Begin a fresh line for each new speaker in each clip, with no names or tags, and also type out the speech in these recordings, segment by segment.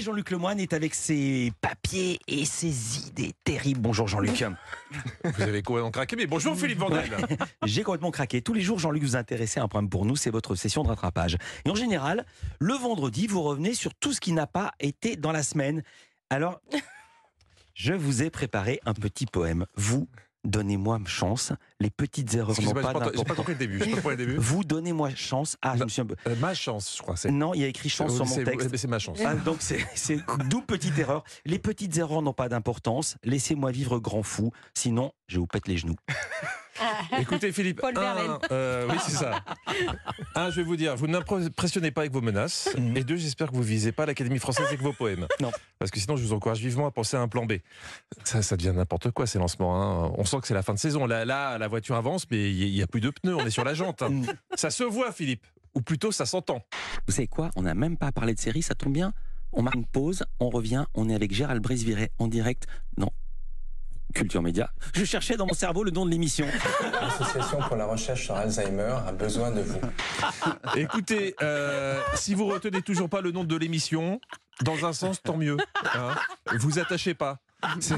Jean-Luc Lemoyne est avec ses papiers et ses idées terribles. Bonjour Jean-Luc.
Vous avez complètement craqué, mais bonjour Philippe Vandel.
J'ai complètement craqué. Tous les jours, Jean-Luc, vous intéressez à un problème pour nous, c'est votre session de rattrapage. Et en général, le vendredi, vous revenez sur tout ce qui n'a pas été dans la semaine. Alors, je vous ai préparé un petit poème. Vous, donnez-moi chance. Les petites erreurs n'ont
Excusez-moi,
pas
j'ai pas, j'ai
d'importance.
pas compris le début. j'ai pas compris le début.
Vous, donnez-moi chance. Ah, je me suis un peu...
Euh, ma chance, je crois. C'est,
Non, il y a écrit chance sur mon
c'est-
texte.
c'est- c'est ma chance.
Ah, donc c'est c'est d'où petite erreur. Les petites erreurs n'ont pas d'importance. Laissez-moi vivre grand fou, sinon je vous pète les genoux.
Écoutez Philippe,
Paul
un,
Verlaine.
euh, oui c'est ça. Un, je vais vous dire, vous n'impressionnez pas avec vos menaces.
Mhm.
Et deux, j'espère que vous visez pas l'Académie française avec vos poèmes.
Non.
Parce que sinon, je vous encourage vivement à penser à un plan B. Ça, ça devient n'importe quoi ces lancements. hein. On sent que c'est la fin de saison. Là, là, la voiture avance, mais il n'y a plus de pneus. On est sur la jante. hein.
Mm.
Ça se voit, Philippe. Ou plutôt, ça s'entend.
Vous savez quoi On n'a même pas parlé de série, ça tombe bien. On marque une pause, on revient, on est avec Gérald Bresviret en direct. Non. Culture Média. Je cherchais dans mon cerveau le nom de l'émission.
L'Association pour la recherche sur Alzheimer a besoin de vous.
Écoutez, euh, si vous retenez toujours pas le nom de l'émission, dans un sens, tant mieux. hein. Vous attachez pas. C'est-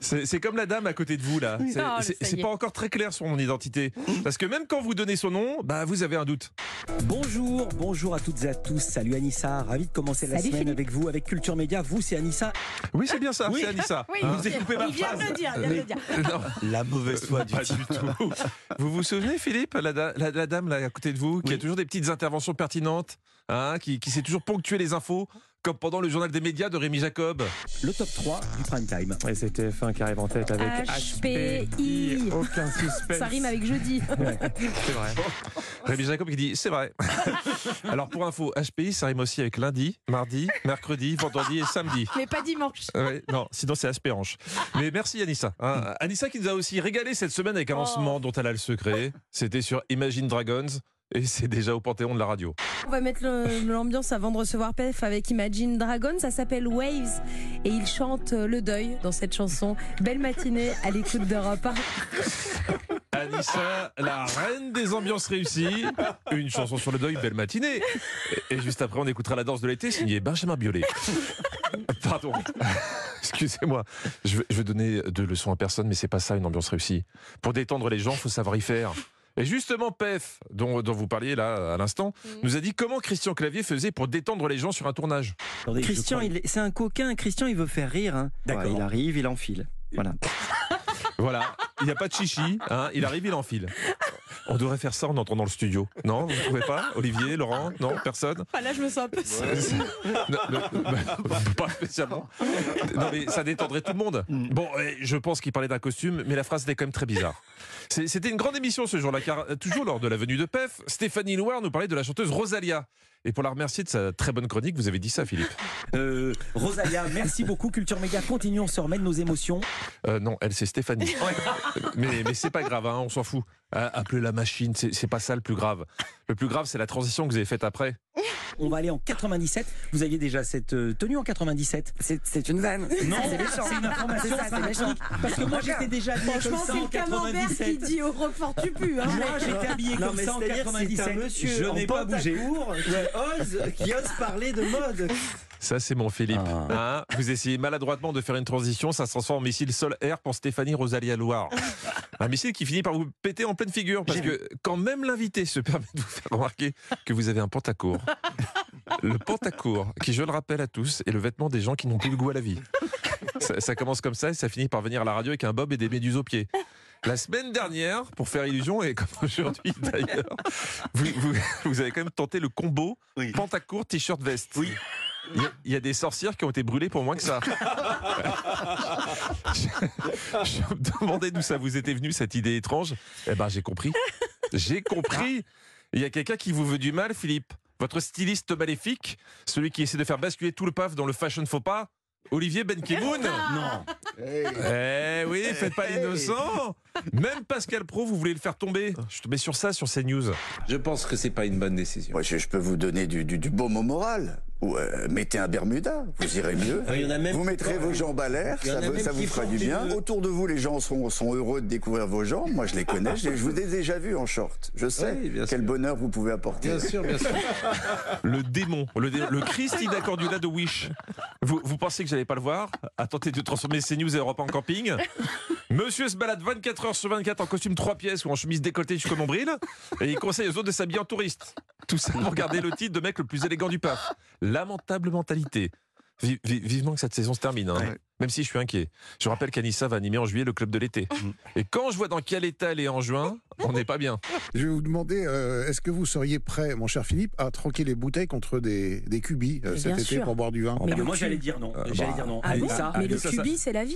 C'est c'est comme la dame à côté de vous là. C'est-
Oh,
C'est
ça y
c'est
est.
pas encore très clair son identité, parce que même quand vous donnez son nom, bah vous avez un doute.
Bonjour, bonjour à toutes et à tous. Salut Anissa, ravi de commencer la
Salut
semaine
Philippe.
avec vous, avec Culture Média. Vous, c'est Anissa.
Oui, c'est bien ça.
Oui.
C'est Anissa.
Oui,
Hein
il
vous avez
vient-
coupé ma
il vient de
phrase.
le dire, il vient de le dire.
Non,
La mauvaise foi
pas du tout. Vous vous souvenez, Philippe, la, da- la- la dame là à côté de vous, qui
Oui.
a toujours des petites interventions pertinentes, hein, qui, qui sait toujours ponctuer les infos, comme pendant le journal des médias de Rémi Jacob.
Le top 3 du prime time.
Et c'est TF1 qui arrive en tête avec
HPI.
Aucun suspense.
Ça rime avec jeudi.
C'est vrai.
Rémi Jacob qui dit c'est vrai. Alors pour info, HPI ça rime aussi avec lundi, mardi, mercredi, vendredi et samedi.
Mais pas dimanche.
Ah ouais, non, sinon c'est Aspérange. Mais merci Anissa. hein. Anissa qui nous a aussi régalé cette semaine avec un
Oh.
lancement dont elle a le secret. C'était sur Imagine Dragons et c'est déjà au Panthéon de la radio.
On va mettre le- l'ambiance avant de recevoir PEF avec Imagine Dragon. Ça s'appelle Waves. Et il chante euh, le deuil dans cette chanson. Belle matinée à l'écoute d'Europe 1.
Anissa, la reine des ambiances réussies. Une chanson sur le deuil, belle matinée. Et et juste après, on écoutera la danse de l'été signée Benjamin Biolay. Pardon. Excusez-moi. Je vais, je vais donner de leçons à personne, mais c'est pas ça une ambiance réussie. Pour détendre les gens, faut savoir y faire. Et justement, PEF, dont, dont vous parliez là à l'instant, nous a dit comment Christian Clavier faisait pour détendre les gens sur un tournage.
Attendez, je
Christian,
prends-
il est- c'est un coquin. Christian, il veut faire rire. hein.
D'accord.
Ouais, il arrive, il enfile. Voilà.
Voilà, il n'y a pas de chichi, hein, il arrive, il enfile. On devrait faire ça en entrant dans le studio. Non, vous ne pouvez pas Olivier, Laurent Non, personne
Enfin, là, je me sens un peu seule.
Non, non, bah, pas spécialement. Non, mais ça détendrait tout le monde. Bon, eh, je pense qu'il parlait d'un costume, mais la phrase était quand même très bizarre. C'est- C'était une grande émission ce jour-là, car euh, toujours lors de la venue de PEF, Stéphanie Loire nous parlait de la chanteuse Rosalia. Et pour la remercier de sa très bonne chronique, vous avez dit ça, Philippe
Euh, Rosalia, merci beaucoup. Culture Média, continuons, on se remet de nos émotions.
Euh, Non, elle, c'est Stéphanie. Euh, mais mais c'est pas grave, hein, on s'en fout. Ah, appelez la machine, c'est c'est pas ça le plus grave. Le plus grave, c'est la transition que vous avez faite après.
On va aller en 97. Vous aviez déjà cette euh, tenue en 97
C'est c'est une vanne.
Non,
c'est méchant.
c'est une information
C'est ça, c'est méchant.
stratégique. Parce que moi, j'étais déjà habillé
Franchement,
comme ça
c'est
en
le camembert qui
97.
dit Europe 1 tu pues. Hein.
Moi, j'étais habillé
Non,
comme
mais
ça en
c'est-à-dire, c'est
97.
un monsieur
je
en euh,
n'ai pas bougé.
pantacourt qui ose, qui ose parler de mode.
Ça, c'est mon Philippe. Hein vous essayez maladroitement de faire une transition, ça se transforme en missile sol-air pour Stéphanie Rosalia Loire. Un missile qui finit par vous péter en pleine figure, parce que quand même l'invité se permet de vous faire remarquer que vous avez un pantacourt. Le pantacourt, qui, je le rappelle à tous, est le vêtement des gens qui n'ont plus le goût à la vie. Ça, ça commence comme ça et ça finit par venir à la radio avec un bob et des méduses aux pieds. La semaine dernière, pour faire illusion, et comme aujourd'hui d'ailleurs, vous, vous- vous avez quand même tenté le combo
Oui.
pantacourt, t-shirt, veste. Oui. Il y a- il y, a des sorcières qui ont été brûlées pour moins que ça. je, je me demandais d'où ça vous était venu, cette idée étrange. Eh ben, j'ai compris. J'ai compris. Il y a quelqu'un qui vous veut du mal, Philippe. Votre styliste maléfique, celui qui essaie de faire basculer tout le paf dans le fashion faux pas, Olivier Benkemoun.
Non.
Eh oui, faites pas l'innocent. Même Pascal Pro, vous voulez le faire tomber. Je te mets sur ça, sur CNews.
Je pense que c'est pas une bonne décision.
Moi, je, je peux vous donner du, du, du baume au moral.
Ou, euh, mettez un Bermuda, vous irez mieux.
Euh,
Il y en a même
Vous
qui
mettrez
portent-
vos jambes à l'air,
Il y en a
ça, vous-
même
ça vous
qui
fera
portent
du bien.
une-
Autour de vous, les gens sont, sont heureux de découvrir vos jambes. Moi, je les connais, je, les- je vous ai déjà vus en short. Je sais
Oui, bien
quel
sûr.
bonheur vous pouvez apporter.
sûr, bien sûr.
Le démon, le, dé- le Christina Cordula de Wish. Vous, vous pensez que j'allais pas le voir À tenter de transformer CNews et Europe en camping Monsieur se balade 24 heures sur 24 en costume 3 pièces ou en chemise décolletée jusqu'au nombril et il conseille aux autres de s'habiller en touriste. Tout ça pour garder le titre de mec le plus élégant du PAF. Lamentable mentalité. Vi- vi- vivement que cette saison se termine. hein.
Ouais.
Même si je suis inquiet. Je rappelle qu'Anissa va animer en juillet le club de l'été. Et quand je vois dans quel état elle est en juin, on n'est pas bien.
Je vais vous demander, euh, est-ce que vous seriez prêt, mon cher Philippe, à troquer les bouteilles contre des, des cubis euh,
Mais
cet
bien
été
sûr.
pour boire du vin
Mais
Ah,
le
moi,
cul.
j'allais dire non.
Euh,
j'allais
bah,
dire non.
Ah
Allez,
bon
ça,
Mais le
ça, ça-
cubi, c'est la vie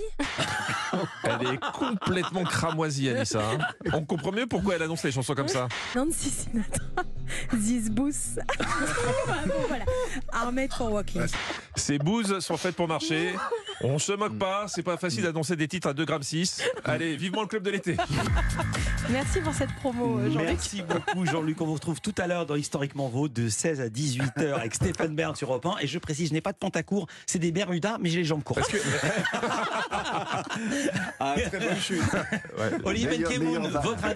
Elle est complètement cramoisie, Anissa. hein. On comprend mieux pourquoi elle annonce les chansons comme ça.
Nancy Sinatra, This Booth. Bravo, voilà. Armed for Walking.
Ces bouses sont faites pour marcher. On se moque pas, c'est pas facile d'annoncer des titres à 2,6 grammes. Allez, vivement le club de l'été.
Merci pour cette promo, euh, Jean-Luc.
Merci beaucoup Jean-Luc. On vous retrouve tout à l'heure dans Historiquement Vaud de 16 à 18h avec Stéphane Bern sur Europe 1. Et je précise, je n'ai pas de pantacourt, c'est des Bermudas, mais j'ai les jambes courtes.
Ah, très bonne chute.
Olivier
Meilleur-
Benkemoun,
meilleur vin.
votre